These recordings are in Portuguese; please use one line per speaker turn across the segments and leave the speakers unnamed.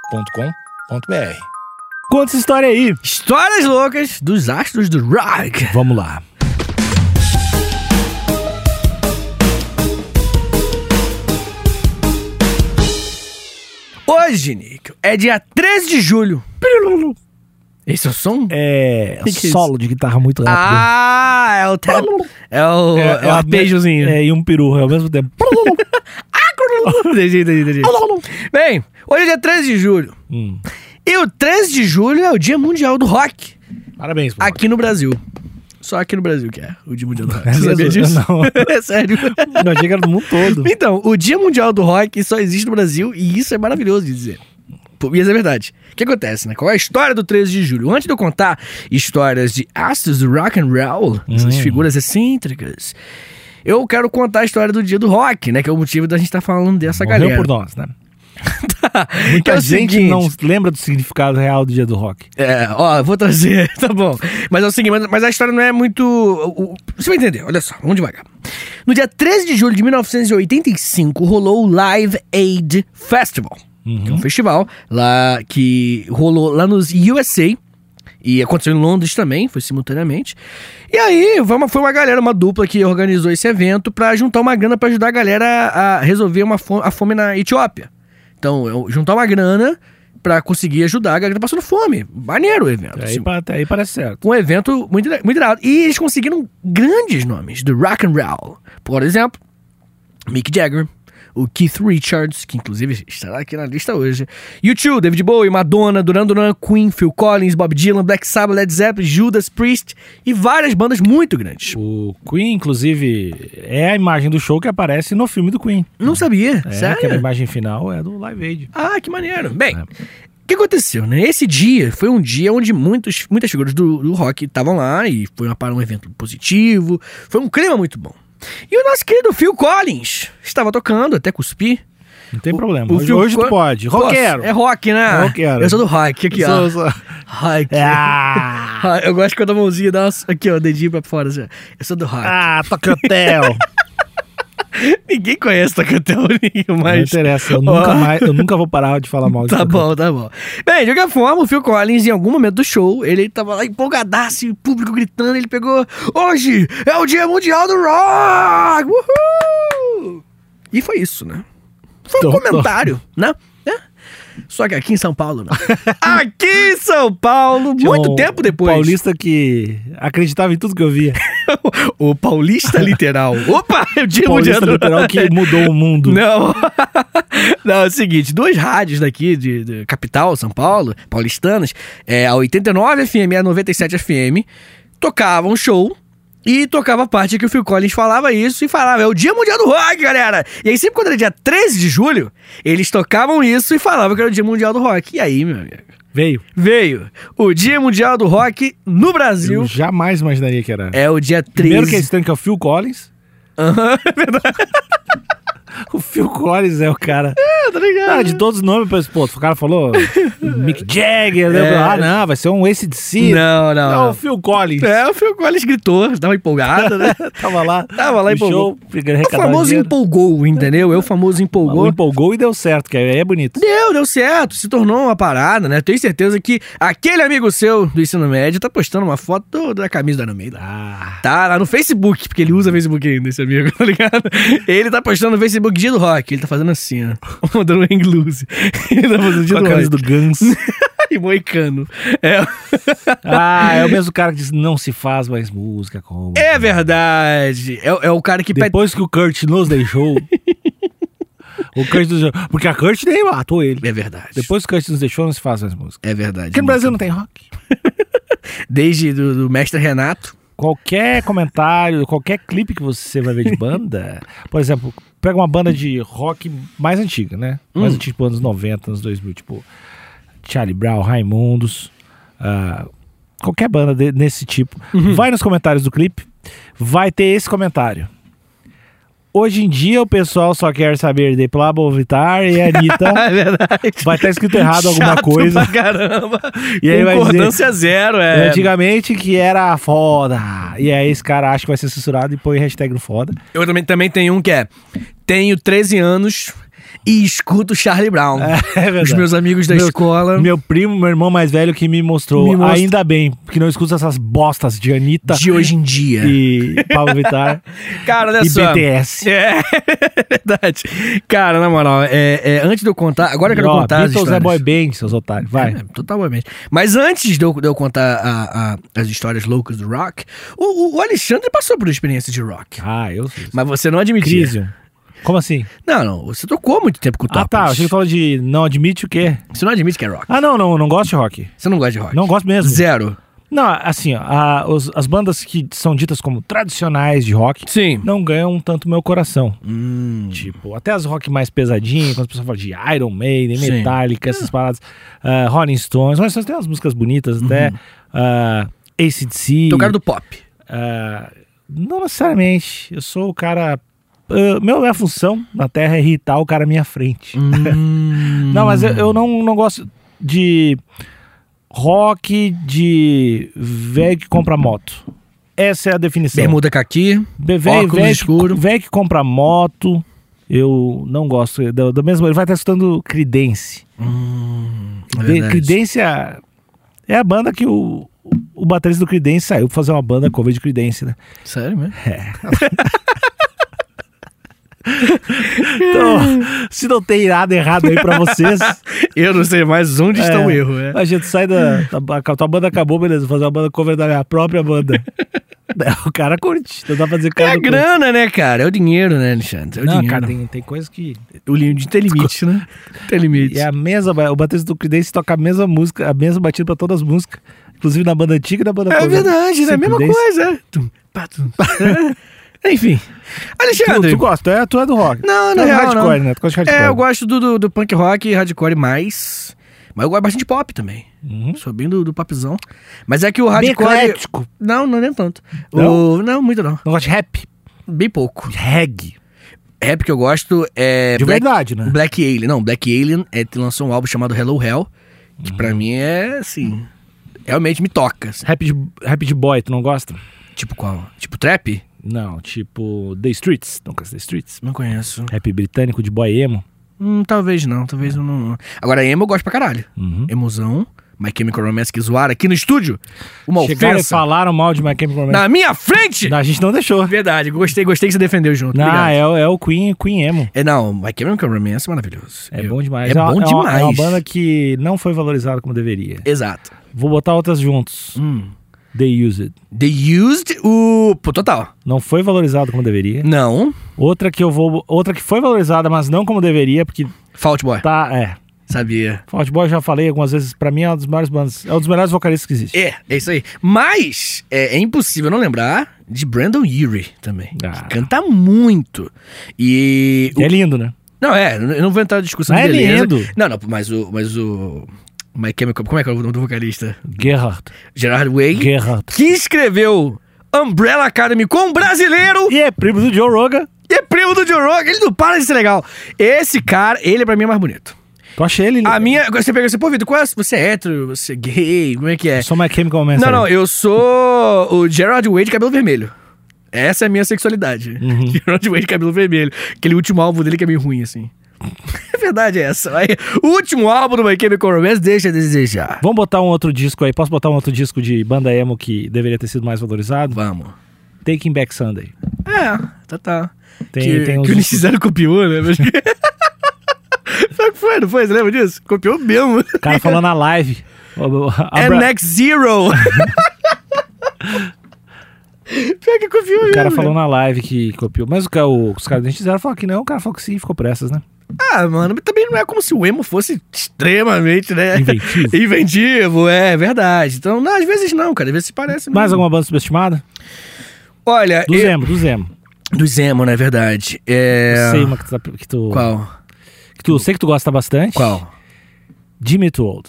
agenciadepodcast.com.br.
Conta essa história aí.
Histórias loucas dos astros do rock.
Vamos lá.
Hoje, Níquel, é dia 13 de julho. Esse é o som?
É.
Que que é isso?
solo de guitarra muito rápido.
ah, é o te... É o, é, o arpejozinho.
É, e um peru ao mesmo tempo.
entendi, entendi, entendi. Bem, hoje é dia 13 de julho.
Hum.
E o 13 de julho é o Dia Mundial do Rock.
Parabéns, pô.
Aqui no Brasil. Só aqui no Brasil que é o Dia Mundial do Rock.
É
Você sabia
mesmo?
disso?
Não.
é sério.
Não, achei que era do mundo todo.
Então, o Dia Mundial do Rock só existe no Brasil e isso é maravilhoso de dizer. Pô, Isso é verdade. O que acontece, né? Qual é a história do 13 de julho? Antes de eu contar histórias de astros do rock and roll, essas
Hum.
figuras excêntricas, eu quero contar a história do dia do rock, né? Que é o motivo da gente estar falando dessa
Morreu
galera.
por nós, né?
Tá.
Muita
é o
gente
seguinte,
não lembra do significado real do dia do rock.
É, ó, eu vou trazer, tá bom. Mas é o seguinte, mas, mas a história não é muito. o- o- você vai entender, olha só, vamos devagar. No dia 13 de julho de 1985 rolou o Live Aid Festival, que é um festival lá que rolou lá nos USA. E aconteceu em Londres também, foi simultaneamente. E aí, foi uma, foi uma galera, uma dupla que organizou esse evento pra juntar uma grana pra ajudar a galera a resolver uma fo- a fome na Etiópia. Então, eu- juntar uma grana pra conseguir ajudar a galera que tá passando fome. Maneiro o evento.
Aí,
assim.
pa- até aí parece certo.
Um evento muito, ira- muito irado. E eles conseguiram grandes nomes do rock and roll. Por exemplo, Mick Jagger, o Keith Richards, que inclusive estará aqui na lista hoje, U2, David Bowie, Madonna, Duran Duran, Queen, Phil Collins, Bob Dylan, Black Sabbath, Led Zeppelin, Judas Priest e várias bandas muito grandes.
O Queen, inclusive, é a imagem do show que aparece no filme do Queen.
Não sabia,
É,
sério?
que a imagem final é do Live Aid.
Ah, que maneiro. Bem,
É.
o que aconteceu, né? Esse dia foi um dia onde muitos, muitas figuras do, do rock estavam lá e foi uma, para um evento positivo, foi um clima muito bom. E o nosso querido Phil Collins estava tocando, até cuspir.
Não tem
O-
problema.
o
hoje
Phil
hoje tu
Co-
pode.
Posso?
Roqueiro!
É rock, né?
Roqueiro.
Eu sou do rock, aqui, ó.
Sou- sou-
Rock.
Ah,
Eu gosto quando a mãozinha dá uma... Aqui, ó, o dedinho pra fora. assim, ó. Eu sou do rock.
ah Tocotel.
Ninguém conhece Tacantel nenhum,
Não
mas...
interessa, eu nunca,
Ó.
mais, eu nunca vou parar de falar mal de
Tá
Tocantins.
bom, tá bom. Bem, de qualquer forma, o Phil Collins, em algum momento do show, ele tava lá empolgadaço, e o público gritando, ele pegou... Hoje é o Dia Mundial do Rock! Uhul! E foi isso, né? Foi um
Tô- tô-
comentário, né? É. Só que aqui em São Paulo, não. aqui em São Paulo,
Tinha
muito
um
tempo depois.
paulista que acreditava em tudo que eu via.
O paulista literal. Opa, eu digo
paulista
de ano.
literal que mudou o mundo.
Não. Não, é o seguinte, duas rádios daqui de, de capital, São Paulo, paulistanas, é a 89 FM e a 97 FM, tocavam um show e tocava a parte que o Phil Collins falava isso e falava, é o Dia Mundial do Rock, galera! E aí sempre quando era dia 13 de julho, eles tocavam isso e falavam que era o Dia Mundial do Rock. E aí, meu amigo,
Veio.
veio o Dia Mundial do Rock no Brasil.
Eu jamais imaginaria que era.
É o dia 13.
Primeiro que é estranho que é o Phil Collins.
é
o Phil Collins é o cara.
tá ligado?
Cara, de todos os nomes, eu pensei, pô, o cara falou Mick Jagger, lembra?
É.
Ah, não, vai ser um Ace de si.
Não, não.
É o
não.
Phil Collins.
É, o Phil Collins gritou, tava empolgado, né?
Tava lá.
Tava lá
no
empolgou.
show, pegando
O famoso
arrecadadinha.
empolgou, entendeu? Eu famoso
Falou,
empolgou.
empolgou e deu certo, que aí é bonito.
Deu, deu certo, se tornou uma parada, né? Tenho certeza que aquele amigo seu do ensino médio tá postando uma foto do- da camisa da Anumeida.
Ah,
Tá lá no Facebook, porque ele usa Facebook ainda, esse amigo, tá ligado? Ele tá postando no Facebook Dia do Rock, ele tá fazendo assim, ó. Mandando um hang loose. Ele tá
com
fazendo Dia
a
do Rock.
camisa do Guns.
E moicano. É,
ah, é o mesmo cara que diz, não se faz mais música como...
é verdade. É, é o cara que pede.
Depois que o Kurt nos deixou. o Kurt nos deixou. Porque a Kurt nem matou ele.
É verdade.
Depois que o Kurt nos deixou, não se faz mais música.
É verdade.
Porque no Brasil não tem rock.
Desde do, do mestre Renato.
Qualquer comentário, qualquer clipe que você vai ver de banda, por exemplo, pega uma banda de rock mais antiga, né?
Hum.
Mais antiga, tipo anos 90, anos 2000, tipo Charlie Brown, Raimundos, ah, qualquer banda de- desse tipo.
Uhum.
Vai nos comentários do clipe, vai ter esse comentário. Hoje em dia o pessoal só quer saber de Pablo Vittar e Anitta.
É verdade.
vai estar escrito errado alguma
Chato
coisa.
Pra caramba.
E aí vai dizer-
Concordância zero, é.
Antigamente que era foda. E aí esse cara acha que vai ser censurado e põe hashtag no foda.
Eu também, também tenho um que é: tenho 13 anos e escuto Charlie Brown.
É verdade.
Os meus amigos da
Meu-
escola.
Meu primo, meu irmão mais velho que me mostrou.
Me mostra-
Ainda bem, porque não escuta essas bostas de Anitta
De hoje em dia.
tá. e Pablo Vittar
Cara, olha
e
só.
BTS.
É, verdade. Cara, na moral, é, é, antes de eu contar. Agora eu quero
E, ó,
contar. as
Beatles é
histórias.
boy band, seus otários. Vai.
É, totalmente. Mas antes de eu, de eu contar a- a- as histórias loucas do rock, o, o- o Alexandre passou por uma experiência de rock.
Ah, eu sei.
Mas é. você não admitia.
Crisium. Como assim?
Não, não. Você tocou muito tempo com o
Ah, tá.
Topless.
Achei que fala de não admite o quê?
Você não admite que é rock.
Ah, não, não, não gosto de rock.
Você não gosta de rock.
Não gosto mesmo.
Zero.
Não, assim, ó, a- os- as bandas que são ditas como tradicionais de rock
Sim.
não ganham tanto meu coração. Tipo, até as rock mais pesadinhas, quando as pessoas falam de Iron Maiden,
Sim. É.
Metallica, essas paradas, ah, Rolling Stones, Rolling Stones tem umas músicas bonitas até, ah, ACDC.
Uhum. Tocaram do pop.
ah, não necessariamente, eu sou o cara... ah, meu, minha função na Terra é irritar o cara à minha frente.
Hum.
Não, mas eu, eu não, não gosto de rock de velho que compra moto. Essa é a definição.
Bermuda caqui.
Be- velho-
óculos
velho que-
escuro.
Velho que compra moto. Eu não gosto. é, Da, da mesma, ele vai estar escutando Credence.
é
De-
verdade.
Creedence é- é a banda que o, o baterista do Credence saiu pra fazer uma banda cover de Credence, né?
Sério mesmo?
Então, se não tem nada errado aí pra vocês, é,
Eu não sei mais onde está o erro, né?
A gente sai da. da a tua banda acabou, beleza. Vou fazer uma banda cover da minha própria banda. Daí o cara curte. Então dá pra dizer que o
É
cara
a
não curte.
grana, né, cara? É o dinheiro, né, Alexandre? É o
Não,
dinheiro.
cara, tem, tem coisas que.
O limite tem limite, né? Tem limite.
É a mesma. ba- O baterista do Creedence toca a mesma música, a mesma batida pra todas as músicas. Inclusive na banda antiga e na banda
É
cover.
verdade, né?
Sim,
A mesma
Creedence.
coisa. é. Tum, pá, tum, pá. Enfim.
Tu,
Alexandre.
tu gosta, é, tu é do rock.
Não,
Tu
na
é
real,
hardcore,
não.
né? Tu gosta de hardcore.
É, eu gosto do, do, do punk rock e hardcore mais. Mas eu gosto bastante de pop também.
Uhum.
Sou bem do, do popzão. Mas é que o
Bem
hardcore.
eclético.
Não, não nem tanto.
Não?
O- não, muito não.
Não gosta de rap.
Bem pouco.
De reggae.
Rap que eu gosto é.
De
Black,
verdade, né?
Black Alien. Não, Black Alien é, lançou um álbum chamado Hello Hell. Que
Uhum.
pra mim é assim. Realmente me toca. assim.
Rap de, rap de boy, tu não gosta?
Tipo qual? Tipo trap?
Não, tipo The Streets. Não gosta The Streets?
Não conheço.
Rap britânico de boy emo.
Hum, talvez não, talvez eu não. Agora, emo eu gosto pra caralho.
Uhum.
Emozão, My Chemical Romance que zoaram aqui no estúdio. Uma
Chegaram e
ofensa.
falaram mal de My Chemical Romance.
Na minha frente!
Não, a gente não deixou.
Verdade, gostei, gostei que você defendeu junto.
Não,
obrigado.
é, o- é o Queen, Queen Emo.
É, não, My Chemical Romance é maravilhoso.
É
Eu-
bom demais.
É,
uma-
bom
uma-
demais.
É uma banda que não foi valorizada como deveria.
Exato.
Vou botar outras juntos.
Hum.
The Used.
The Used, o... Pô, total.
Não foi valorizada como deveria.
Não,
Outra que eu vou. Outra que foi valorizada, mas não como deveria, porque
Fault Boy.
tá. É.
Sabia.
Fault Boy, já falei algumas vezes, pra mim é um dos melhores bandas. É um dos melhores vocalistas que existe.
É, é isso aí. Mas é, é impossível não lembrar de Brandon Urie também.
Ah.
Que canta muito. E... o-
É lindo, né?
Não, é, eu não vou entrar na discussão
Mas
de
é
beleza.
lindo.
Não, não, mas o... Mas o... My Chemical... Como é que é o nome do vocalista?
Gerhard.
Gerard Way.
Gerhard.
que escreveu Umbrella Academy com um brasileiro
E é primo do Joe Rogan.
e é primo do Joe Rogan. Ele não para de ser legal. Esse cara, ele pra mim é mais bonito.
Eu achei ele.
A minha, você pega assim, pô, Vitor, qual é- você é hétero, você é gay, como é que é?
Só My Chemical Romance.
Não, não, eu sou o Gerard Way de cabelo vermelho. Essa é a minha sexualidade. Gerard Way de cabelo vermelho. Aquele último álbum dele que é meio ruim, assim. É verdade é essa. Aí, o último álbum do My Chemical Romance deixa a desejar.
Vamos botar um outro disco aí. Posso botar um outro disco de banda emo que deveria ter sido mais valorizado?
Vamos.
Taking Back Sunday.
É, tá, tá.
Tem-
que,
tem
que
uns-
o Nishizero copiou, né? Mas... Sabe o que foi, não foi? Você lembra disso? Copiou mesmo.
O cara falando na live. O- o- a
É
Bra-
Next Zero. Pior que copiou mesmo.
O cara falou na live que copiou. Mas o, ca- o- os caras do Dente Zero falaram que não. O cara falou que sim, ficou por essas, né?
Ah, mano, mas também não é como se o emo fosse extremamente, né?
Inventivo.
Inventivo, é verdade. Então, não, às vezes não, cara. Às vezes se parece.
Mais
mesmo.
alguma banda subestimada?
Olha,
Do
eu-
Zemo, do Zemo.
do Zemo, né? Verdade.
Eu
É...
Sei uma que tu, tá- que tu,
Qual?
que tu- sei que tu gosta bastante.
Qual?
Jimmy Too Old.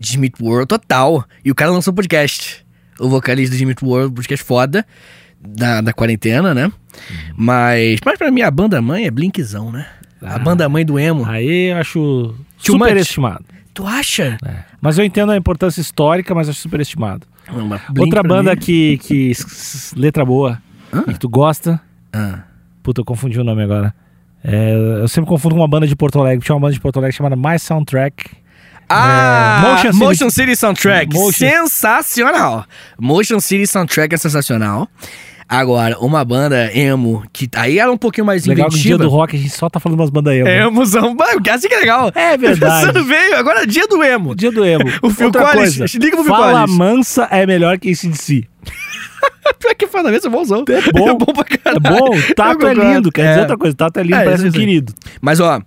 Jimmy World total. E o cara lançou um podcast. O vocalista do Jimmy World, um podcast foda. Da, da quarentena,
Uhum.
né? Mas, mas pra mim a banda mãe é Blinkzão, né? A
Ah.
banda mãe do emo.
Aí eu acho
Hum. Too much.
superestimado.
Tu acha?
Mas eu entendo a importância histórica, mas acho superestimado.
Não, mas Blink
Outra
pra
banda
mim-
que, que s- s- letra boa
Ah.
e que tu gosta.
Ah.
Puta, eu confundi o nome agora. É, eu sempre confundo com uma banda de Porto Alegre. Tinha uma banda de Porto Alegre chamada My Soundtrack.
Ah,
É,
Motion,
Motion
City.
City-
Soundtrack.
Motion-
Sensacional. Motion City Soundtrack é sensacional. Agora, uma banda emo, que aí era um pouquinho mais
Legal que no dia
inventiva.
do rock a gente só tá falando umas bandas emo.
É, emozão. Mano, assim que é legal.
É verdade.
Pensando veio, agora é dia do emo.
Dia do emo.
O Phil
Outra
Collins,
coisa,
liga pro Phil
Fala
Collins.
mansa é melhor que esse de si.
Pior que fala mesmo, é bonzão.
É bom.
É bom pra
É
caralho.
bom, Tato
Eu
é
concordo.
lindo. Quer dizer
É.
outra coisa, Tato é lindo,
É,
parece
isso
um
aí.
querido.
Mas, ó,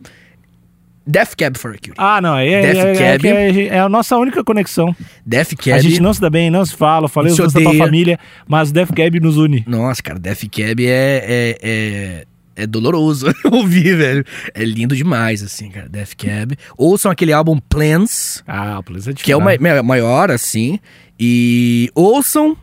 Death Cab for a Cutie.
Ah, não, é, é,
Death
é,
Cab.
é, é a nossa única conexão.
Death Cab...
A gente não se dá bem, não se fala, eu falei os
Se
dois da tua
odeia.
família, mas o Def Cab nos une.
Nossa, cara, Death Cab é... é, é... É doloroso ouvir, velho. É lindo demais, assim, cara. Death Cab. Ouçam aquele álbum Plans,
Ah, o Plus é difícil.
que é o mai- mai- maior, assim. E ouçam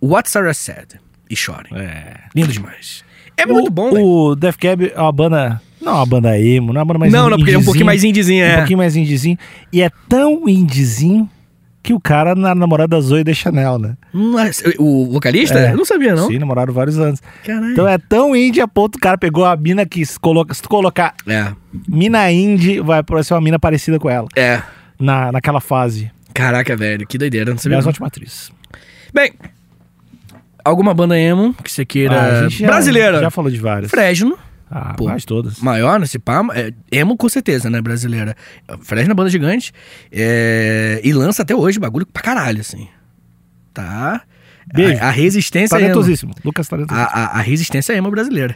What Sarah Said. E chorem.
É.
Lindo demais. É
O-
muito bom, velho.
O Def Cab é uma banda. Não, é uma banda emo, não é uma banda mais
não, não, porque ele é um
indiezinho,
pouquinho mais indizinho,
Um
é.
pouquinho mais indizinho. E é tão indizinho que o cara na namorada da Zoe da Chanel, né?
Mas, o vocalista?
É.
Eu não sabia, não.
Sim, namoraram vários anos.
Caralho.
Então é tão indie a ponto que o cara pegou a mina que se, coloca, se tu colocar
É,
mina indie, vai aparecer uma mina parecida com ela.
é.
Na, naquela fase.
Caraca, velho, que doideira, não
Você é
sabia.
a
não.
última atriz.
Bem, alguma banda emo que você
Ah,
queira...
a gente já-
brasileira.
Já falou de várias.
Fresno,
Ah,
Pô.
mais todas.
maior nesse pá, é, emo com certeza, né, brasileira. Fresno é uma banda gigante é, e lança até hoje bagulho pra caralho, assim. Tá?
Beijo.
A, a resistência é emo.
Talentosíssimo. Lucas Talentosíssimo.
A, a, a resistência é emo brasileira.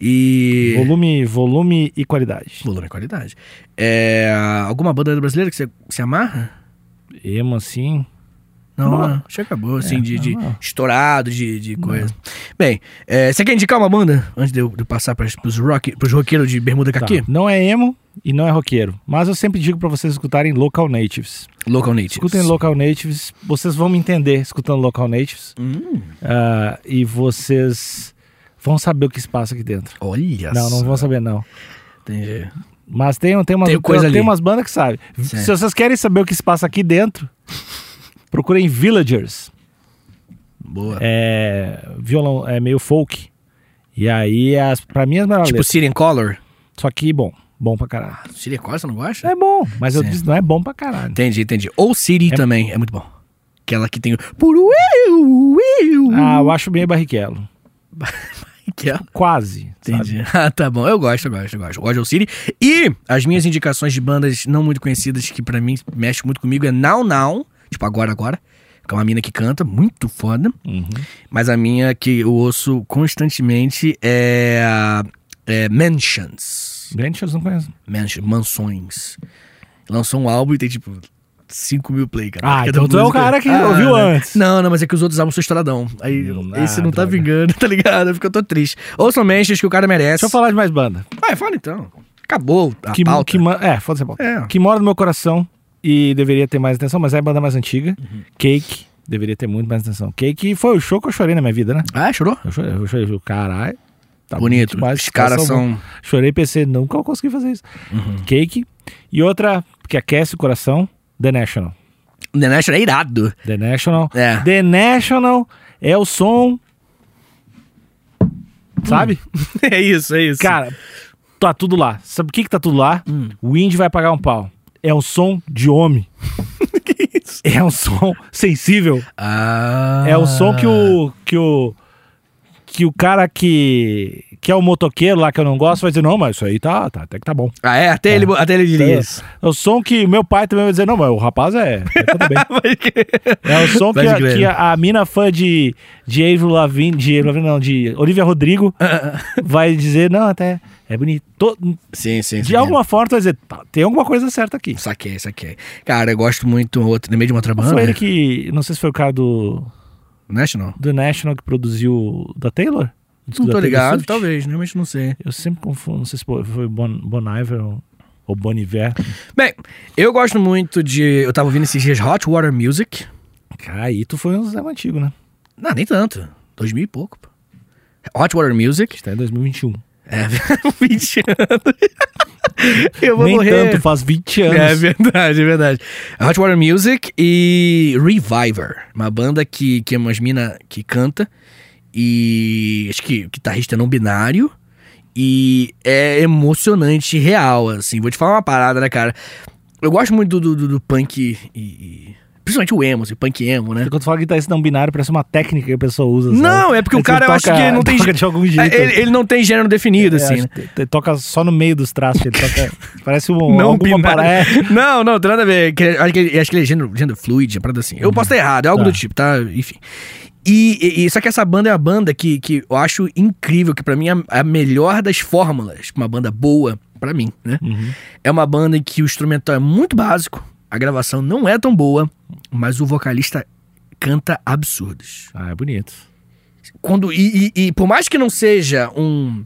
E...
Volume, volume e qualidade.
Volume e qualidade. É, alguma banda brasileira que você se amarra?
Emo, assim.
Não,
Não.
né? acho que acabou, assim,
É,
de, de
não.
estourado, de, de coisa. Bem, é, você quer indicar uma banda? Antes de eu, de eu passar para os rock, pros roqueiros de bermuda
Tá.
caqui?
Não é emo e não é roqueiro. Mas eu sempre digo pra vocês escutarem Local Natives.
Local Natives.
Escutem Local Natives. Vocês vão me entender escutando Local Natives.
Hum,
Ah, e vocês vão saber o que se passa aqui dentro.
olha
Não, não vão saber, não.
Entendi.
Mas tem, tem, umas,
Tem coisa ali.
tem umas bandas que sabem.
Sim.
Se vocês querem saber o que se passa aqui dentro, procurem Villagers.
Boa.
É, violão é meio folk. E aí, é as, pra mim, as melhores
tipo
letras.
Syrian Color.
Só que bom. Bom pra caralho.
Syrian Color, você não gosta?
É bom, mas eu
Sim.
disse, não é bom pra caralho.
Entendi, entendi. Ou Siri também, é muito bom. Aquela que tem o... Puru, eu, eu.
Ah, eu acho meio barriquelo.
Que é
Quase.
Entendi.
sabe?
Ah, tá bom. Eu gosto, eu gosto, eu gosto. Gosto de City. E as minhas indicações de bandas não muito conhecidas, que pra mim mexe muito comigo, é Now Now, tipo Agora Agora, que é uma mina que canta, muito foda.
Uhum.
Mas a minha que eu ouço constantemente é, a- é Mansions.
Grandes não conheço.
Mansions, mansões. Lançou um álbum e tem tipo 5 mil play, cara.
Ah,
Cada
então tu é o cara que ouviu
né?
antes.
Não, não, mas é que os outros álbuns são estouradão. Aí
Hum,
esse
ah,
não tá
droga.
vingando, tá ligado? Porque eu tô triste. Ouçam Mansions que o cara merece.
Deixa eu falar de mais banda.
Vai, fala então. Acabou a
que,
pauta.
que ma- é, foda-se a pauta.
É.
Que mora no meu coração e deveria ter mais atenção, mas é a banda mais antiga. Cake, deveria ter muito mais atenção. Cake foi o show que eu chorei na minha vida, né?
Ah, chorou?
Eu chorei, eu chorei, eu falei, caralho. Tá
Bonito.
muito mais,
Os caras são... Uhum.
bons." Chorei e pensei, nunca eu consegui fazer isso. Cake. E outra que aquece o coração, The National.
The National é irado.
The National.
É.
The National é o som.
Hum,
Sabe?
é isso, é isso.
Cara, tá tudo lá. Sabe o que que tá tudo lá?
Hum.
O indie vai pagar um pau. É um som de homem. É um som sensível.
Ah.
É o som que o que o que o cara que que é o motoqueiro lá que eu não gosto vai dizer não, mas isso aí tá, tá até que tá bom.
Ah, é? Até, Ele, até ele diria
É.
isso.
É o som que meu pai também vai dizer, não, mas o rapaz é. é tudo bem. É o som que,
Pode
a,
crer.
que a, a mina fã de, de Avril Lavigne, de Avril Lavigne, não, de Olivia Rodrigo, vai dizer, não, até é bonito. Tô-
Sim, sim.
de
sim.
alguma forma, tu vai dizer, tá, tem alguma coisa certa aqui.
Saquei, saquei. Cara, eu gosto muito... Outro, no meio de uma outra banda. né?
Foi ele que, não sei se foi o cara do,
National?
do National que produziu da Taylor? O disco
Não
da Taylor
tô ligado.
Swift?
Talvez, realmente não sei.
Eu sempre confundo, não sei se foi foi Bon, bon Iver ou, ou Bon Iver.
Bem, eu gosto muito de... Eu tava ouvindo esses dias Hot Water Music.
Cara, aí tu foi um Zé Antigo, né?
Não, nem tanto. Dois mil e pouco, pô. Hot Water Music.
Está tá em 2021.
É, 20 anos. Eu vou
Nem
morrer.
tanto, faz 20 anos.
É verdade, é verdade. Hot Water Music e Reviver, uma banda que, que é umas mina que canta e acho que o guitarrista é não binário E é emocionante, real, assim. Vou te falar uma parada, né, cara? Eu gosto muito do, do, do punk e, e- Principalmente o emo, assim, punk emo, né?
É. Quando fala guitarrista não binário, parece uma técnica que a pessoa usa.
Não, é porque o cara, eu acho que não tem
Toca
je-
de algum jeito.
É, Ele, ele não tem gênero definido,
É,
assim,
acho
né?
que te- toca só no meio dos traços. Ele toca, parece um,
Não
alguma
binário.
parada.
Não, não, tem nada a ver. Que- Acho que, acho que ele é gênero, gênero fluid, uma parada assim. Eu posso estar errado, é algo
Tá.
do tipo, tá? Enfim. E, e- e- só que essa banda é a banda que, que eu acho incrível, que pra mim é a- a melhor das fórmulas. Uma banda boa, pra mim, né? É uma banda em que o instrumental é muito básico, a gravação não é tão boa, mas o vocalista canta absurdos
Ah, é bonito.
quando e, e- e por mais que não seja um,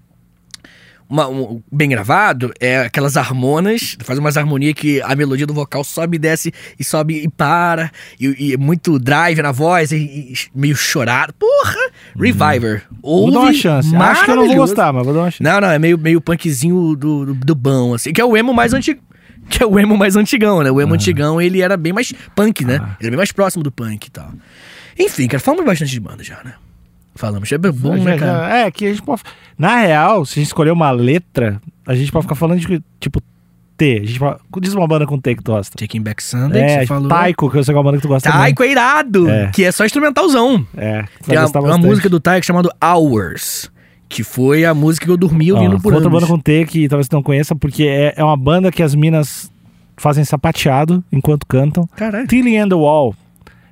uma- um- bem gravado, é aquelas harmonas, faz umas harmonias que a melodia do vocal sobe e desce e sobe e para, e, e é muito drive na voz, e, e meio chorado. Porra! Reviver.
Uhum. Vou
Ouve,
dar uma chance. Acho que eu não vou
maravilhoso.
gostar, mas vou dar uma chance.
Não, não, é meio, meio punkzinho do, do, do bom, assim. Que é o emo mais antigo. Que é o emo mais antigão, né? O
Ah.
emo antigão, ele era bem mais punk, né? Ele era bem mais próximo do punk e tal. Enfim, cara, falamos bastante de banda já, né? Falamos. É bom,
Já-
né,
já-
cara?
É, que a gente pode. Na real, se a gente escolher uma letra, a gente pode ficar falando de tipo T. A gente fala... Diz uma banda com T que tu gosta.
Taking Back Sunday, que
É,
você falou.
Taiko, que eu sei que é uma banda que tu gosta também.
Taiko é irado,
É.
que é só instrumentalzão.
É, tu vai
Tem uma,
gostar
uma
bastante.
música do Taiko chamada Hours, que foi a música que eu dormi
Ó,
ouvindo por
Outra
anos.
Ah, banda com T que talvez tu não conheça, porque é, é uma banda que as minas fazem sapateado enquanto cantam.
Caralho.
Tilly and the Wall.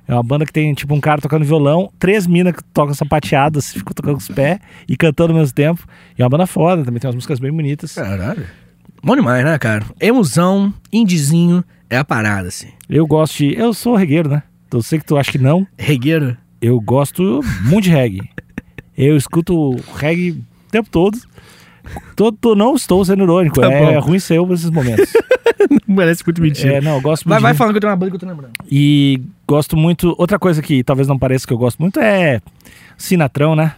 É uma banda que tem, tipo, um cara tocando violão, três minas que tocam sapateadas, ficam tocando com os pés e cantando ao mesmo tempo. E é uma banda foda, também tem umas músicas bem bonitas.
Caralho. Bom demais, né, cara? Emozão, indizinho, é a parada, assim.
Eu gosto de. Eu sou regueiro, né? Então eu sei que tu acha que não.
Regueiro.
Eu gosto muito de reggae. Eu escuto reggae o tempo todo. Todo, todo- não estou sendo irônico.
Tá
é
bom.
ruim ser eu nesses momentos.
Parece muito mentira.
é, não, eu gosto
Vai,
muito.
vai
de-
falando que eu tenho uma banda que eu tô lembrando.
E gosto muito. Outra coisa que talvez não pareça que eu gosto muito é Sinatrão, né?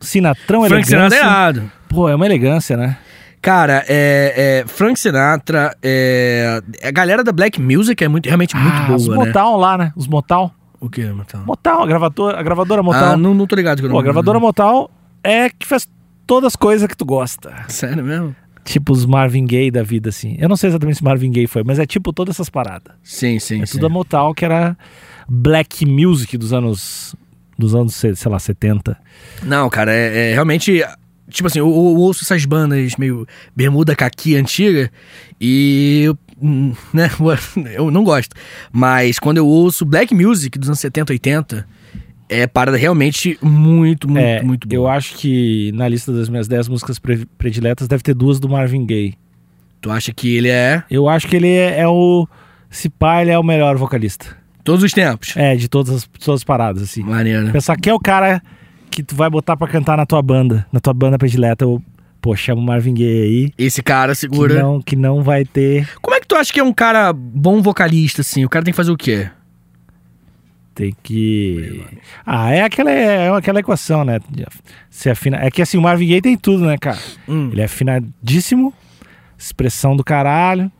Sinatrão
Frank Sinatra
elegância.
é errado.
Pô, é uma elegância, né?
Cara, é, é, Frank Sinatra, é, a galera da Black Music é muito, realmente muito
Ah,
boa,
os
né?
Motown lá, né? Os Motown.
O que, Motown?
Motown, a gravadora, a gravadora
Ah,
Motown.
não, não tô ligado. Que eu
um- Pô,
não
a gravadora Motown é que faz todas as coisas que tu gosta.
Sério mesmo?
Tipo os Marvin Gaye da vida, assim. Eu não sei exatamente se Marvin Gaye foi, mas é tipo todas essas paradas.
Sim, sim,
É
sim.
tudo a Motown, que era black music dos anos, dos anos, sei sei lá, 70.
Não, cara, é, é realmente... Tipo assim, eu, eu ouço essas bandas meio bermuda, caqui, antiga e... eu, hum, Né, eu não gosto. Mas quando eu ouço Black Music dos anos 70, 80, é parada realmente muito, muito,
é,
muito boa.
Eu acho que na lista das minhas 10 músicas pre- prediletas deve ter duas do Marvin Gaye.
Tu acha que ele é...
Eu acho que ele é, é o... Se pá, ele é o melhor vocalista.
Todos os tempos.
É, de todas as, todas as paradas, assim.
Maneiro. né?
Pensar que é o cara que tu vai botar pra cantar na tua banda, na tua banda predileta. Eu, pô, chama o Marvin Gaye aí.
Esse cara
Que
segura.
não, que não vai ter.
Como é que tu acha que é um cara bom vocalista, assim? O cara tem que fazer o quê?
Tem que. Ah, é aquela, é aquela equação, né? Se afina... É que assim, o Marvin Gaye tem tudo, né, cara? Ele é afinadíssimo, expressão do caralho.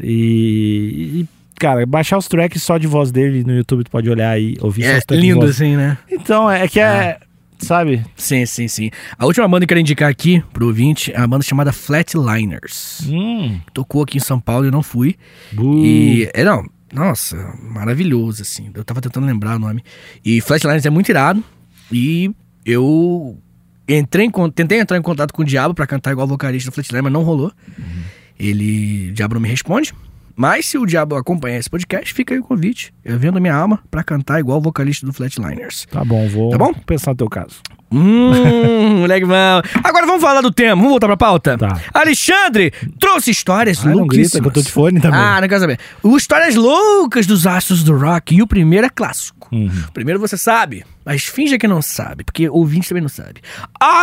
E, e, cara, baixar os tracks só de voz dele no YouTube, tu pode olhar e ouvir só os
É
tracks de
lindo,
voz.
assim, né?
Então, é que é. Sabe?
Sim, sim, sim. A última banda que eu quero indicar aqui pro ouvinte é uma banda chamada Flatliners.
Hum.
Tocou aqui em São Paulo, eu não fui.
bu.
E. É, não. Nossa, maravilhoso, assim. Eu tava tentando lembrar o nome. E Flatliners é muito irado. E eu entrei em, con- tentei entrar em contato com o Diabo pra cantar igual vocalista do Flatliners, mas não rolou. Ele. O Diabo não me responde. Mas se o Diabo acompanhar esse podcast, fica aí o convite. Eu vendo minha alma pra cantar igual vocalista do Flatliners.
Tá bom, vou
Tá bom?
pensar no teu caso.
Hum, moleque mal. Agora vamos falar do tema, vamos voltar pra pauta?
Tá.
Alexandre trouxe histórias
Ai, não
louquíssimas.
grita que eu tô de fone também.
Ah, não quero saber. O Histórias loucas dos astros do rock. E o primeiro é clássico.
Uhum.
O primeiro você sabe, mas finja que não sabe, porque ouvinte também não sabe.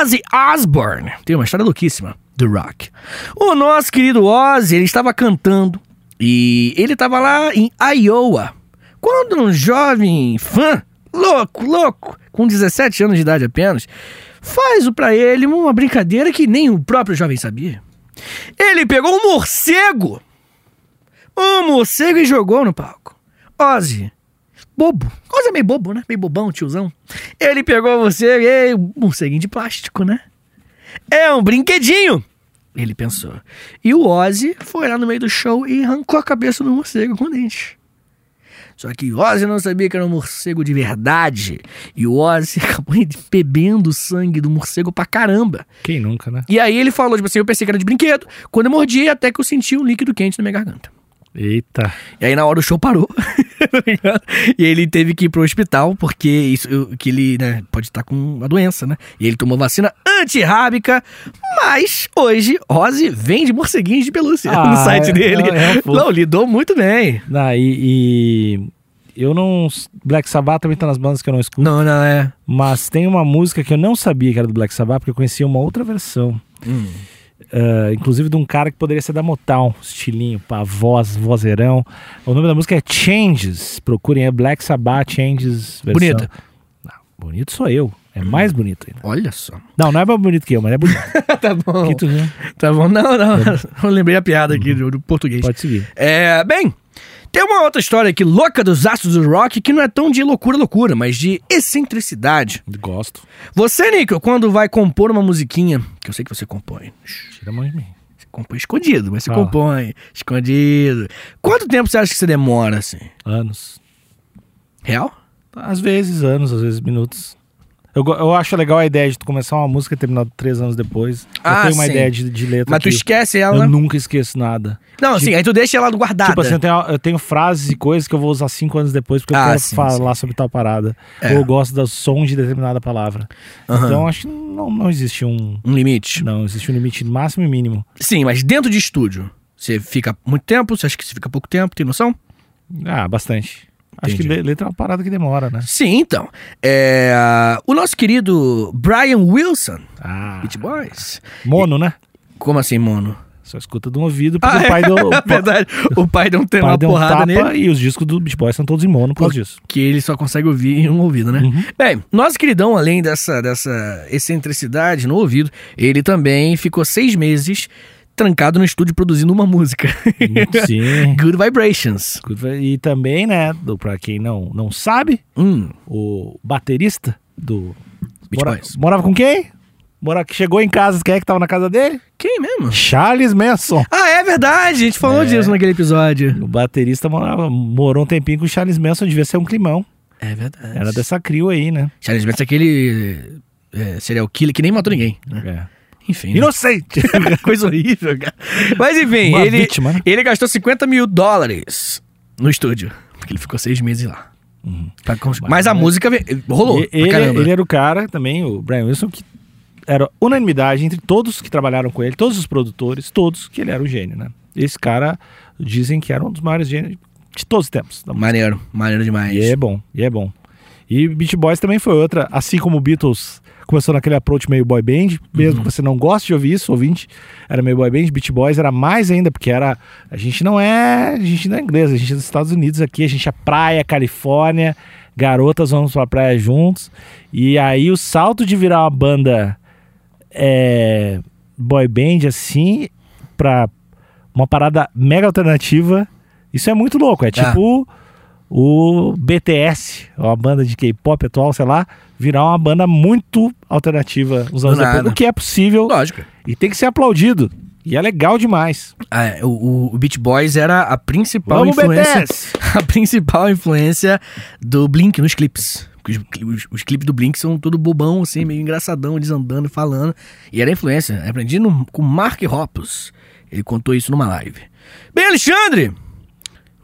Ozzy Osbourne tem uma história louquíssima do rock. O nosso querido Ozzy, ele estava cantando e ele estava lá em Iowa. Quando um jovem fã, louco, louco, com 17 anos de idade apenas, faz pra ele uma brincadeira que nem o próprio jovem sabia. Ele pegou um morcego, um morcego e jogou no palco. Ozzy, bobo. Ozzy é meio bobo, né? Meio bobão, tiozão. Ele pegou você, e um morceguinho de plástico, né? É um brinquedinho! Ele pensou. E o Ozzy foi lá no meio do show e arrancou a cabeça do morcego com o dente. Só que o Ozzy não sabia que era um morcego de verdade. E o Ozzy acabou bebendo o sangue do morcego pra caramba.
Quem nunca, né?
E aí ele falou, tipo assim, eu pensei que era de brinquedo. Quando eu mordi, até que eu senti um líquido quente na minha garganta.
Eita.
E aí na hora o show parou. Tá ligado? e ele teve que ir pro hospital, porque isso eu- que ele, né, pode estar com uma doença, né? E ele tomou vacina antirrábica, mas hoje Ozzy vende morceguinhos de pelúcia
Ah,
no site
é-
dele.
é- é um fofo.
Não, lidou muito bem.
Não, e, e eu não. Black Sabbath também tá nas bandas que eu não escuto.
Não, não, é.
Mas tem uma música que eu não sabia que era do Black Sabbath, porque eu conhecia uma outra versão.
Hum.
Ah, inclusive de um cara que poderia ser da Motown, estilinho, pá, voz, vozeirão. O nome da música é Changes. Procurem, é Black Sabbath Changes. Versão.
Bonita.
Ah, bonito sou eu.
Hum.
É mais bonito ainda.
Olha só.
Não, não é mais bonito que eu, mas é bonito.
tá bom.
Que tu, né?
Tá bom. Não, não. Eu lembrei a piada aqui do, do português.
Pode seguir.
É, bem, tem uma outra história aqui louca dos astros do rock que não é tão de loucura, loucura, mas de excentricidade.
Gosto.
Você, Nico, quando vai compor uma musiquinha, que eu sei que você compõe,
Tira a mão de mim.
você compõe escondido, mas você
Fala.
compõe escondido. Quanto tempo você acha que você demora, assim?
Anos.
Real?
Às vezes anos, às vezes minutos. Eu, go- eu acho legal a ideia de tu começar uma música e terminar três anos depois. eu
Ah,
tenho uma
sim.
ideia de, de letra.
Mas
que
tu esquece
eu
ela? né?
nunca esqueço nada.
Não, assim, aí tu deixa ela é guardada.
Tipo assim, eu tenho, eu tenho frases e coisas que eu vou usar cinco anos depois porque eu
Ah,
quero
sim,
falar sobre tal parada.
É.
Ou eu gosto do som de determinada palavra.
Aham.
Então acho que não, não existe um.
Um limite.
Não, existe um limite máximo e mínimo.
Sim, mas dentro de estúdio, você fica muito tempo, você acha que você fica pouco tempo, tem noção?
Ah, bastante. Acho que
Entendi.
le- letra é uma parada que demora, né?
Sim, então. É, o nosso querido Brian Wilson,
Ah.
Beat Boys.
Mono, né?
Como assim, mono?
Só escuta de um ouvido porque o pai do.
É verdade, o pai deu um
o
tema
pai
uma
deu um
porrada
tapa
nele.
e os discos do Beach Boys são todos em mono por causa disso.
Que ele só consegue ouvir em um ouvido, né? Bem, nosso queridão, além dessa, dessa excentricidade no ouvido, ele também ficou seis meses trancado no estúdio produzindo uma música.
Sim.
Good Vibrations.
E também, né, do, pra quem não, não sabe,
Hum,
o baterista do.
Beach
Mora-
Boys.
Morava com quem? Mora... que Chegou em casa, quem é que tava na casa dele?
Quem mesmo?
Charles Manson.
Ah, é verdade, a gente falou
É.
disso naquele episódio.
O baterista morava, morou um tempinho com o Charles Manson, devia ser um climão.
É verdade.
Era dessa crio aí, né?
Charles Manson é aquele é, serial killer que nem matou ninguém. né? Enfim. né?
Inocente!
Coisa horrível, cara. Mas enfim,
Uma
ele,
vítima, né?
ele gastou 50 mil dólares no estúdio. Porque ele ficou seis meses lá. Pra cons- Mas a música ve- rolou.
Uhum. E-
pra
ele,
caramba.
ele era o cara também, o Brian Wilson, que era unanimidade entre todos que trabalharam com ele, todos os produtores, todos, que ele era um gênio, né? Esse cara dizem que era um dos maiores gênios de todos os tempos. da música.
Maneiro, maneiro demais.
é- E é bom, e é bom. E Beat Boys também foi outra, assim como Beatles começou naquele approach meio boy band, mesmo que você não goste de ouvir isso, ouvinte, era meio boy band, Beat Boys era mais ainda, porque era, a gente não é, a gente não é inglês, a gente é dos Estados Unidos aqui, a gente é praia, Califórnia, garotas vamos pra praia juntos, e aí o salto de virar uma banda é, boy band assim, pra uma parada mega alternativa, isso é muito louco, é tipo o BTS, uma banda de K-pop atual, sei lá, virar uma banda muito alternativa uns anos
nada.
depois, o que é possível
Lógico.
e tem que ser aplaudido. E é legal demais.
Ah, é, o- o, o Beat Boys era a principal
Vamos,
influência.
BTS!
A principal influência do Blink nos clipes. Porque Os, cli- os- os clipes do Blink são todo bobão, assim, meio engraçadão, eles andando e falando. E era a influência. Aprendi no- com Mark Hoppus. Ele contou isso numa live. Bem, Alexandre!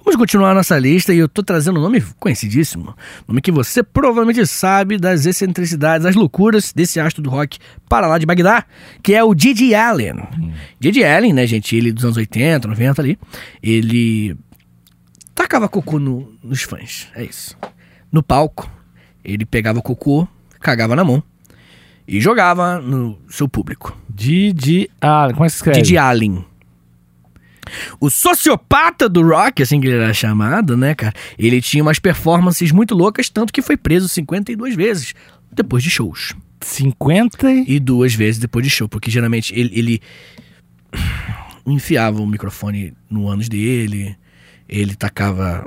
Vamos continuar a nossa lista e eu tô trazendo um nome conhecidíssimo. Nome que você provavelmente sabe das excentricidades, das loucuras desse astro do rock para lá de Bagdá, que é o Didi Allen. Didi Allen, né, gente? Ele dos anos 80, 90 ali. Ele tacava cocô no- nos fãs, é isso. No palco, ele pegava cocô, cagava na mão e jogava no seu público.
Didi Allen. Como é que se escreve?
Didi Allen. O sociopata do rock, assim que ele era chamado, né, cara? Ele tinha umas performances muito loucas, tanto que foi preso 52 vezes depois de shows.
50 e...
E duas vezes depois de show, porque geralmente ele, ele enfiava o microfone no ânus dele, ele tacava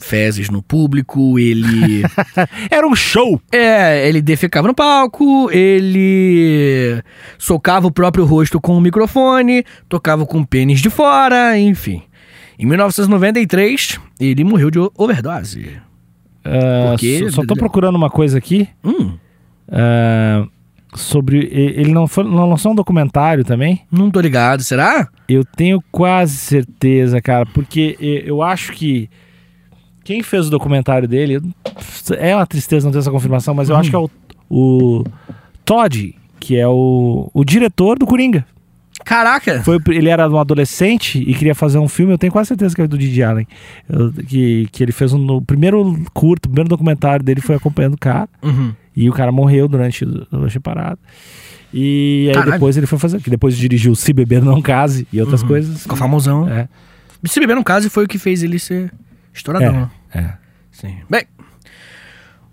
fezes no público, ele.
Era um show.
é, ele defecava no palco, ele socava o próprio rosto com o microfone, tocava com o pênis de fora, enfim. Em 1993, ele morreu de o- overdose.
Ah,
Porque-
só, só tô procurando uma coisa aqui
Hum,
ah, sobre. e- Ele não, foi, não lançou um documentário também?
não tô ligado, será?
Eu tenho quase certeza, cara, porque e- eu acho que quem fez o documentário dele. eu- É uma tristeza não ter essa confirmação, mas eu acho que é o, o Todd, que é o, o diretor do Coringa.
Caraca!
Foi, o pri- ele era um adolescente e queria fazer um filme, eu tenho quase certeza que é do Didi Allen. eu- que, que ele fez um. no- O primeiro curto, o primeiro documentário dele foi acompanhando o cara.
Uhum.
E o cara morreu durante o lanche parado. E aí
Caralho.
depois ele foi fazer. Que depois dirigiu Se Beber Não Case e outras coisas.
Ficou famosão.
É.
Se beber no caso foi o que fez ele ser estouradão. né?
é.
Sim. Bem,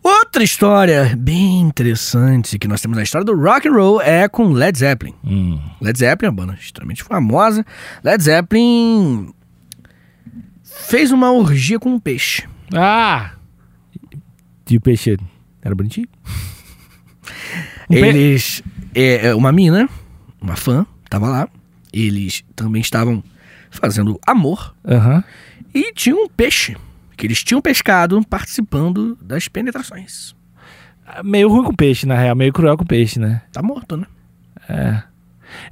outra história bem interessante que nós temos na história do rock and roll é com Led Zeppelin.
Hum.
Led Zeppelin é uma banda extremamente famosa. Led Zeppelin fez uma orgia com um peixe.
Ah! E o peixe era bonitinho? Um pe-
Eles. é, é, uma mina, uma fã, tava lá. Eles também estavam fazendo amor
Aham.
e tinha um peixe. Que eles tinham pescado participando das penetrações.
Ah, Meio ruim com peixe, na real. Meio cruel com peixe, né?
Tá morto, né?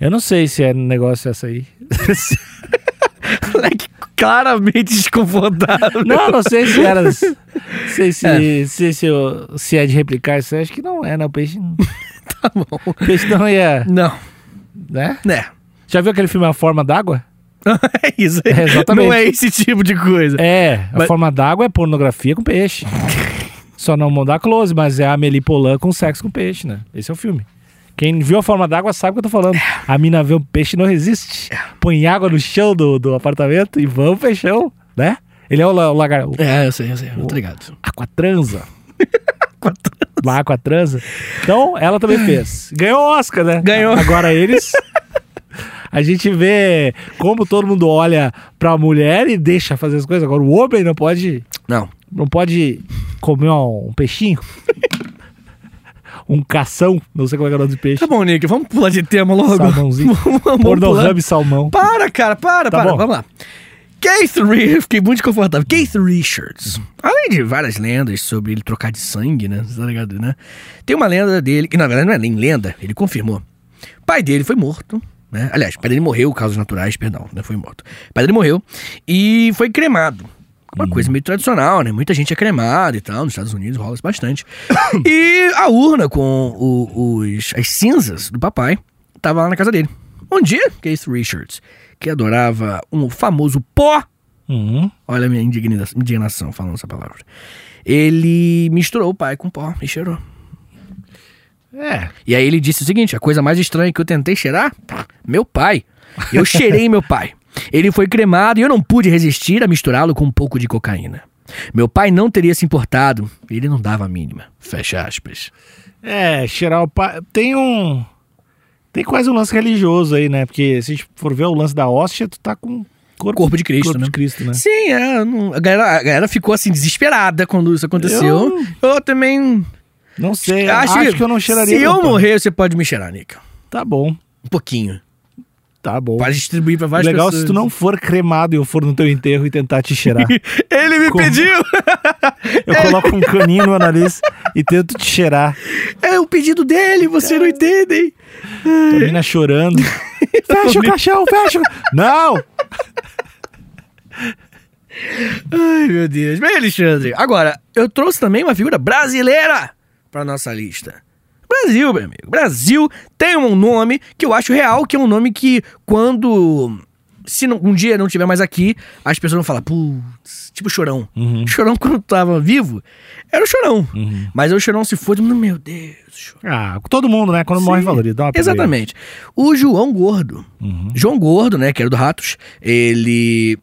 Eu não sei se é negócio essa aí.
Moleque claramente desconfortável.
Não, não sei se era. não sei se, se, se, eu- se é de replicar isso aí. Acho que não é, né? O peixe.
Tá bom.
O peixe não ia.
Não,
Né?
né?
Já viu aquele filme A Forma d'Água?
É isso
É, exatamente.
Não é esse tipo de coisa.
É, a
Mas-
forma d'água é pornografia com peixe. Só não mandar close, mas é a Amélie Polan com sexo com peixe, né? Esse é o filme. Quem viu a forma d'água sabe o que eu tô falando. A mina vê um peixe e não resiste. Põe água no chão do, do apartamento e vamos peixão, né? Ele é o, la- o lagar... O
É, eu sei, eu sei. Eu tô ligado.
aquatransa. Lá, aquatransa. Então, ela também fez. Ganhou o Oscar, né?
Ganhou.
Agora eles... A gente vê como todo mundo olha pra mulher e deixa fazer as coisas. Agora o homem não pode
Não.
não pode comer um, um peixinho? um cação? Não sei como é que é o nome de peixe.
Tá bom, Nick, vamos pular de tema logo.
Salmãozinho.
Vamos- vamos pular.
Pornohub salmão.
Para, cara, para,
Tá
para.
bom.
Vamos lá. Keith Richards, eu fiquei muito desconfortável. Keith Richards. Além de várias lendas sobre ele trocar de sangue, né? Você tá ligado, né? Tem uma lenda dele, que na verdade não é nem lenda, ele confirmou. O pai dele foi morto, né? Aliás, o pai dele morreu, causas naturais, perdão, não foi morto. O pai dele morreu e foi cremado. Uma coisa meio tradicional, né? Muita gente é cremada e tal, nos Estados Unidos rola isso bastante. e a urna com o- os, as cinzas do papai tava lá na casa dele. Um dia, Keith Richards, que adorava um famoso pó,
Uhum.
olha a minha indigna- indignação falando essa palavra, ele misturou o pai com pó e cheirou.
É.
E aí ele disse o seguinte: a coisa mais estranha que eu tentei cheirar, meu pai. Eu cheirei meu pai. Ele foi cremado e eu não pude resistir a misturá-lo com um pouco de cocaína. Meu pai não teria se importado. Ele não dava a mínima. Fecha aspas.
É, cheirar o pai. Tem um. Tem quase um lance religioso aí, né? Porque se a gente for ver o lance da hóstia, tu tá com corpo,
Corpo de Cristo,
corpo
né?
de Cristo, né?
Sim, é, eu não- a, galera, a galera ficou assim desesperada quando isso aconteceu. Eu, também.
Não sei. Acho, que eu não cheiraria.
Se
meu
eu
pai.
morrer, você pode me cheirar, Nica.
Tá bom.
Um pouquinho.
Tá bom.
Para distribuir pra várias
Legal
pessoas.
se tu não for cremado e eu for no teu enterro e tentar te cheirar.
Ele me
Como?
pediu!
Eu coloco um caninho no meu nariz e tento te cheirar.
É o pedido dele, você não entendem.
A menina chorando. fecha o caixão, fecha o... Não!
Ai, meu Deus. Bem, Alexandre, agora, eu trouxe também uma figura brasileira pra nossa lista. Brasil, meu amigo. Brasil tem um nome que eu acho real, que é um nome que quando. Se não- um dia não tiver mais aqui, as pessoas vão falar, putz, tipo chorão. Chorão, quando tava vivo, era o chorão. Mas aí o chorão se foi, todo mundo, meu Deus, chorão.
Ah, todo mundo, né? Quando morre, valoriza. Dá uma pedreira.
Exatamente. O João Gordo. João Gordo, né, que era do Ratos, ele.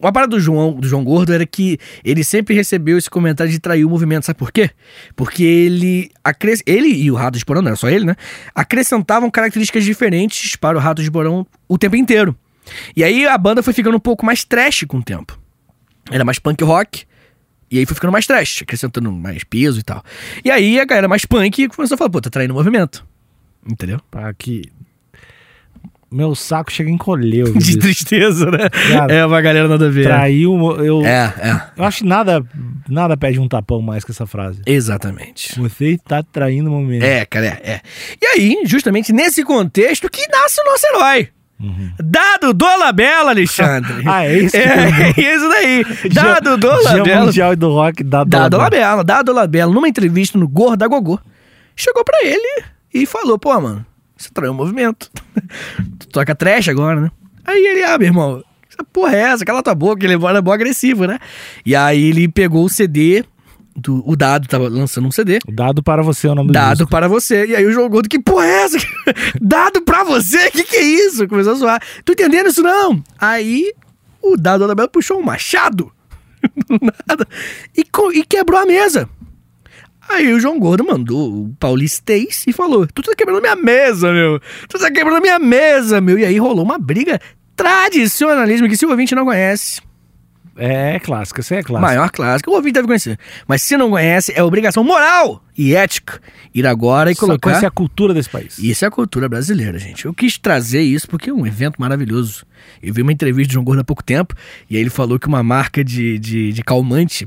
Uma parada do João, do João Gordo era que ele sempre recebeu esse comentário de trair o movimento, sabe por quê? Porque ele. Acres... Ele e o Ratos de Porão, não era só ele, né? Acrescentavam características diferentes para o Ratos de Porão o tempo inteiro. E aí a banda foi ficando um pouco mais trash com o tempo. Era mais punk rock, E aí foi ficando mais trash, acrescentando mais peso e tal. E aí a galera mais punk começou a falar, pô, tá traindo o movimento. Entendeu?
Pra que. Meu saco chega a encolher. ouvindo
De
isso.
tristeza, né?
Cara,
é uma galera nada a ver.
Traiu. Eu,
É, é.
eu acho que nada, nada pede um tapão mais que essa frase.
Exatamente.
Você tá traindo o momento.
É, cara, é, é. E aí, justamente nesse contexto que nasce o nosso herói. Dado Dolabella, Alexandre.
Uhum. Ah, é isso que
É, é isso daí.
Dia
Dado Dolabella.
Mundial do Rock, Dado
Dado
Dolabella.
Labella, Dado Labella, numa entrevista no Gorda Gogô, chegou pra ele e falou: pô, mano, você traiu o movimento. tu toca trash agora, né? Aí ele, ah, meu irmão, essa porra é essa? Cala tua boca, ele é bom agressivo, né? E aí ele pegou o CD, do, o Dado tava lançando um CD.
Dado para você é o nome do
Dado
disco.
para você. E aí o João Gordo, que porra é essa? Dado pra você? Que que é isso? Começou a zoar. Tô entendendo isso não? Aí o Dado Anabela puxou um machado. Do nada. E, co- e quebrou a mesa. Aí o João Gordo mandou o Paulistês e falou: Tu tá quebrando minha mesa, meu! Tu tá quebrando minha mesa, meu! E aí rolou uma briga tradicionalismo que se o ouvinte não conhece,
É, é clássica, você é clássica.
Maior clássico, o ouvinte deve conhecer. Mas se não conhece, é obrigação moral e ética ir agora e
Só
colocar.
conhece a cultura desse país.
Isso é a cultura brasileira, gente. Eu quis trazer isso porque é um evento maravilhoso. Eu vi uma entrevista de João Gordo há pouco tempo e aí ele falou que uma marca de, de, de calmante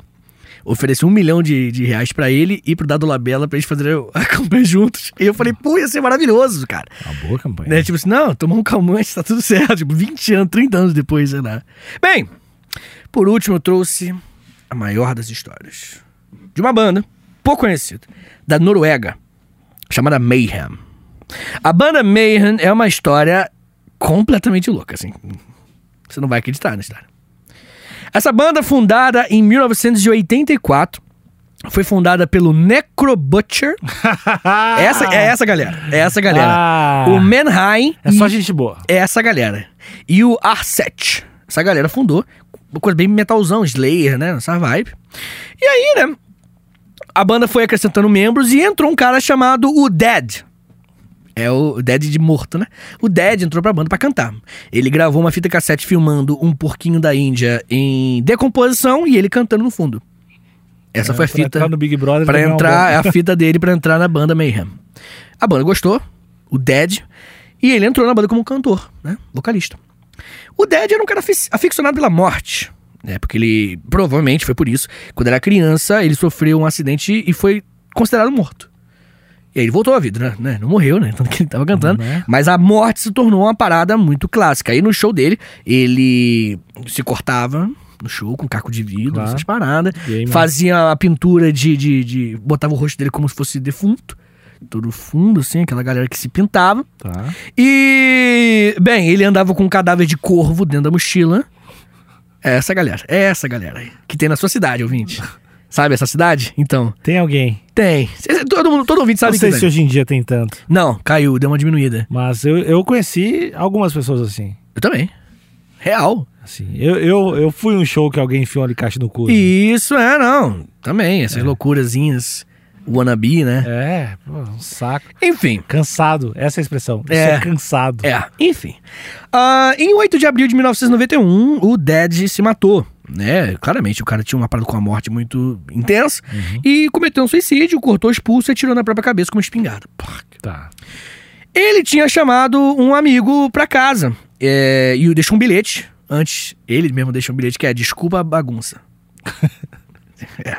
ofereceu um milhão de, de reais pra ele e pro Dado Labella pra eles fazerem a campanha juntos. E eu falei, pô, ia ser maravilhoso, cara.
Uma boa campanha.
Né? Tipo assim, não, tomar um calmante, tá tudo certo. Tipo, 20 anos, 30 anos depois, sei lá. Bem, por último eu trouxe a maior das histórias. De uma banda pouco conhecida, da Noruega, chamada Mayhem. A banda Mayhem é uma história completamente louca, assim. Você não vai acreditar na história. Essa banda, fundada em 1984, foi fundada pelo Necrobutcher. essa, é essa galera. É essa galera.
Ah.
O Menheim.
É só gente boa.
É essa galera. E o Arset. Essa galera fundou. Uma coisa bem metalzão, Slayer, né? Essa vibe. E aí, né? A banda foi acrescentando membros e entrou um cara chamado o Dead. É o Dead de morto, né? O Dead entrou pra banda pra cantar. Ele gravou uma fita cassete filmando um porquinho da Índia em decomposição e ele cantando no fundo. Essa foi a
É, pra
fita.
entrar no Big Brother,
Pra
vai ganhar um
entrar,
bom.
é a fita dele pra entrar na banda Mayhem. A banda gostou, o Dead, e ele entrou na banda como cantor, né? Vocalista. O Dead era um cara afic- aficionado pela morte, né? Porque ele, provavelmente, foi por isso. Quando era criança, ele sofreu um acidente e foi considerado morto. E aí ele voltou à vida, né? né? Não morreu, né? Tanto que ele tava cantando.
Né?
Mas a morte se tornou uma parada muito clássica. Aí no show dele, ele se cortava no show com caco de vidro,
Claro.
essas paradas.
E aí, mano?
Fazia a pintura de, de, de- Botava o rosto dele como se fosse defunto. Todo fundo, assim, aquela galera que se pintava.
Tá.
E, bem, ele andava com um cadáver de corvo dentro da mochila. É essa galera, é essa galera aí, que tem na sua cidade, ouvinte. Sabe essa cidade? Então,
Tem alguém.
tem. Cê- Todo, mundo, todo ouvinte
Não
sabe que
sei
tem.
se hoje em dia tem tanto.
Não, caiu, deu uma diminuída.
Mas eu, eu conheci algumas pessoas assim.
Eu também. Real.
assim. Eu, eu, eu fui um show que alguém enfiou um alicate no cu.
Isso, é, não. Também, essas loucurazinhas. Wannabe, né?
É, pô, um saco.
Enfim.
Cansado, essa é a expressão. Isso
É.
é cansado.
É, enfim. Ah, em 8 de abril de 1991, o Dead se matou. Né? Claramente, o cara tinha uma parada com a morte muito intensa e cometeu um suicídio, cortou os pulsos e atirou na própria cabeça com uma espingarda. Pá.
Tá.
Ele tinha chamado um amigo pra casa é, e deixou um bilhete. Antes, ele mesmo deixou um bilhete que é desculpa a bagunça. É.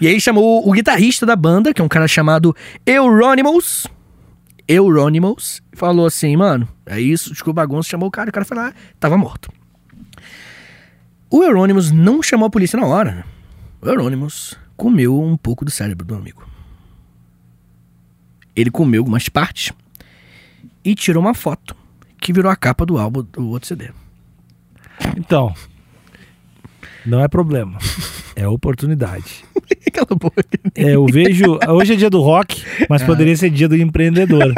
E aí ele chamou o guitarrista da banda, que é um cara chamado Euronymous. Euronymous. Falou assim, mano, é isso, desculpa a bagunça. Chamou o cara, o cara foi lá, tava morto. O Euronymous não chamou a polícia na hora. né? O Euronymous comeu um pouco do cérebro do amigo. Ele comeu algumas partes e tirou uma foto que virou a capa do álbum do outro CD.
Então, não é problema. É oportunidade.
Cala a boca.
É, eu vejo. Hoje é dia do rock, mas poderia ser dia do empreendedor.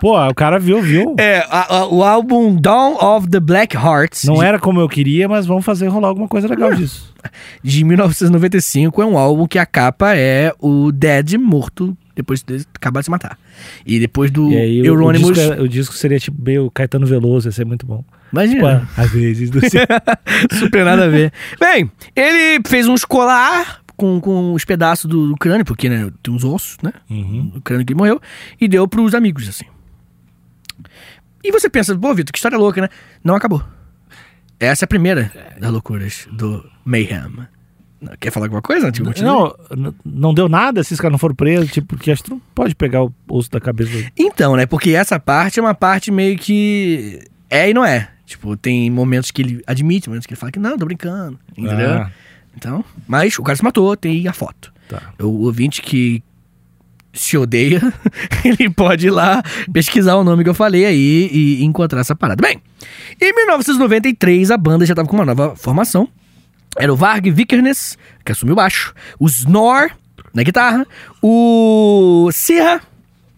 Pô, o cara viu, viu.
É, a- a- o álbum Dawn of the Black Hearts,
Não é?
de,
era como eu queria, mas vamos fazer rolar alguma coisa legal
É.
disso.
de 1995, é um álbum que a capa é o Dead morto depois de acabar de se matar. E depois do
E aí o, é, o,
Euronymous.
disco, é- o disco seria tipo meio Caetano Veloso, ia ser muito bom.
Imagina.
Às vezes, do céu.
Super nada a ver. Bem, ele fez um escolar com, com os pedaços do, do crânio, porque né, tem uns ossos, né?
Uhum.
O crânio que ele morreu, e deu pros amigos, assim. E você pensa, pô, Vitor, que história louca, né? Não acabou. Essa é a primeira das loucuras do Mayhem. Quer falar alguma coisa? Tipo, continua?
Não, n- não deu nada se esses caras não foram presos, tipo, porque acho que tu não pode pegar o osso da cabeça do.
Então, né? Porque essa parte é uma parte meio que é e não é. Tipo, tem momentos que ele admite, momentos que ele fala que não, tô brincando. Entendeu?
Ah,
Então, mas o cara se matou, tem a foto.
tá.
O ouvinte que se odeia, ele pode ir lá pesquisar o nome que eu falei aí e encontrar essa parada. Bem, em 1993 a banda já tava com uma nova formação. Era o Varg Vikernes, que assumiu o baixo, o Snor na guitarra, o Serra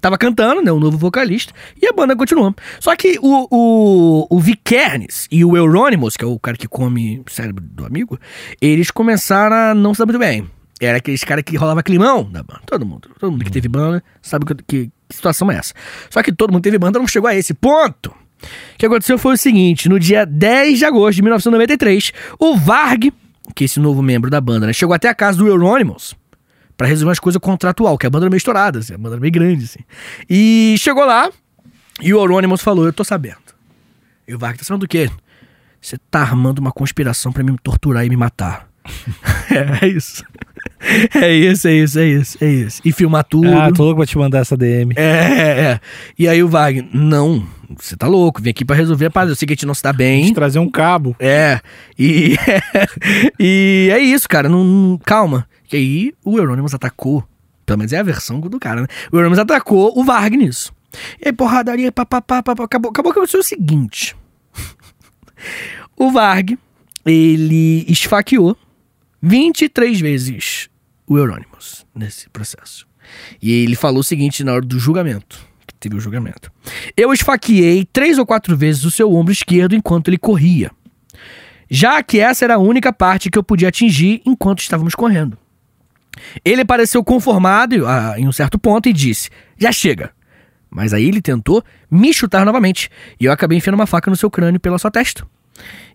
tava cantando, né, o novo vocalista, e a banda continuou. Só que o, o, o Vikernes e o Euronymous, que é o cara que come o cérebro do amigo, eles começaram a não se dar muito bem. Era aqueles caras que rolava climão da banda. Todo mundo. Todo mundo que teve banda sabe que, que- que situação é essa. Só que todo mundo teve banda, não chegou a esse ponto. O que aconteceu foi o seguinte: no dia 10 de agosto de 1993, o Varg, que é esse novo membro da banda, né, chegou até a casa do Euronymous pra resolver umas coisas contratual, que a banda era meio estourada, assim, a banda era meio grande, assim. E chegou lá e o Euronymous falou: Eu tô sabendo. E o Varg tá sabendo do quê? Você tá armando uma conspiração pra me torturar e me matar. é, é isso. É isso, é isso, é isso, é isso. E filmar tudo.
Ah, tô louco pra te mandar essa DM.
É, é. E aí o Wagner, não, você tá louco, vim aqui pra resolver a parada. Eu sei que a gente não se dá
Te
bem.
trazer um cabo.
É. E, e é isso, cara. Não, não- calma. Que aí o Euronymous atacou. Pelo menos é a versão do cara, né? O Euronymous atacou o Varg nisso. E aí, porradaria, papapá, papapá. Acabou, acabou que aconteceu o seguinte. o Varg, ele esfaqueou 23 vezes o Euronymous nesse processo. E ele falou o seguinte na hora do julgamento. Que teve o julgamento. Eu esfaqueei três ou quatro vezes o seu ombro esquerdo enquanto ele corria já que essa era a única parte que eu podia atingir enquanto estávamos correndo. Ele pareceu conformado ah, em um certo ponto e disse: Já chega. Mas aí ele tentou me chutar novamente e eu acabei enfiando uma faca no seu crânio pela sua testa.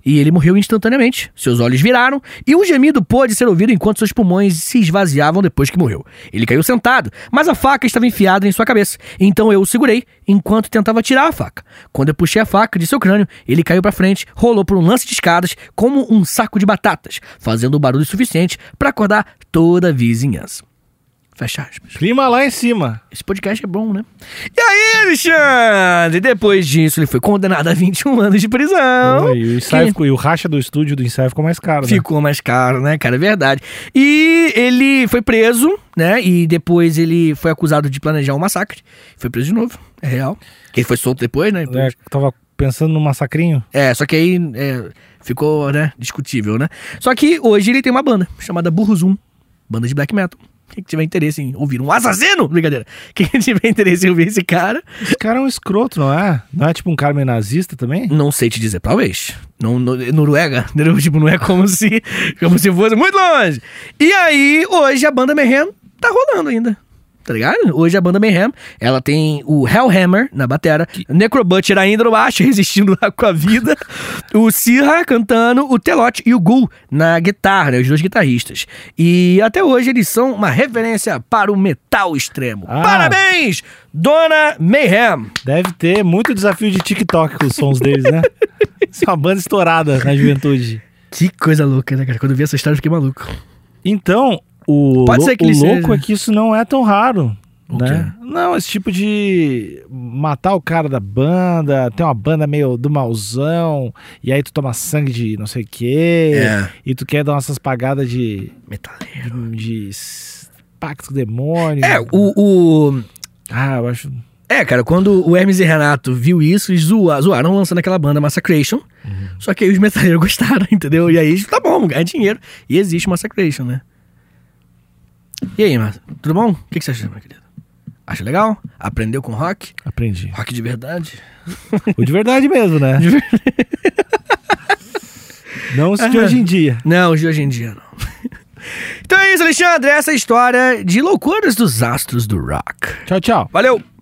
E ele morreu instantaneamente. Seus olhos viraram e um gemido pôde ser ouvido enquanto seus pulmões se esvaziavam depois que morreu. Ele caiu sentado, mas a faca estava enfiada em sua cabeça. Então eu o segurei enquanto tentava tirar a faca. Quando eu puxei a faca de seu crânio, ele caiu para frente, rolou por um lance de escadas como um saco de batatas, fazendo um barulho suficiente para acordar toda a vizinhança. Fecha aspas.
Clima lá em cima.
Esse podcast é bom, né? E aí, Alexandre? Depois disso, ele foi condenado a 21 anos de prisão.
Oi, e, o ensaio ficou- e o racha do estúdio do ensaio ficou mais caro. né?
Ficou mais caro, né, cara? É verdade. E ele foi preso, né? E depois ele foi acusado de planejar um massacre. Foi preso de novo, é real. Ele foi solto depois, né?
É, tava pensando num massacrinho.
É, só que aí é, ficou, né, discutível, né? Só que hoje ele tem uma banda chamada Burro Zoom, banda de black metal. Quem tiver interesse em ouvir um assassino, brincadeira. Quem tiver interesse em ouvir esse cara,
Esse cara é um escroto, não é? Não é tipo um cara meio nazista também?
Não sei te dizer, talvez. Não, no- Noruega, entendeu? Tipo, não é como se, como se fosse muito longe. E aí, hoje a banda Mayhem tá rolando ainda. Tá ligado? Hoje a banda Mayhem, ela tem o Hellhammer na batera, Necrobutcher ainda no baixo, resistindo lá com a vida, o Sirra cantando, o Telote e o Gul na guitarra, né? os dois guitarristas. E até hoje eles são uma referência para o metal extremo.
Ah.
Parabéns, Dona Mayhem!
Deve ter muito desafio de TikTok com os sons deles, né? Isso é uma banda estourada na juventude.
Que coisa louca, né, cara? Quando eu vi essa história, eu fiquei maluco.
Então, o,
Pode
lou-
ser que
o
ele
louco
seja.
é que isso não é tão raro.
O
Né? Não, esse tipo de matar o cara da banda, ter uma banda meio do mauzão, e aí tu toma sangue de não sei o quê,
É.
e tu quer dar essas pagadas de,
Metaleiro.
de, de s- pacto com o demônio.
É, o, o-
Ah, eu acho.
É, cara, quando o Hermes e Renato viu isso, eles zoa- zoaram lançando aquela banda Massacration. Só que aí os metaleiros gostaram, entendeu? E aí, eles, tá bom, ganha dinheiro. E existe Massacration, né? E aí, Márcio? Tudo bom? O que, que você acha, meu querido? Acha legal? Aprendeu com rock?
Aprendi.
Rock de verdade?
O de verdade mesmo, né?
De
Não os de hoje em dia.
Não, os de hoje em dia não. então é isso, Alexandre. Essa é a história de loucuras dos astros do rock.
Tchau, tchau.
Valeu!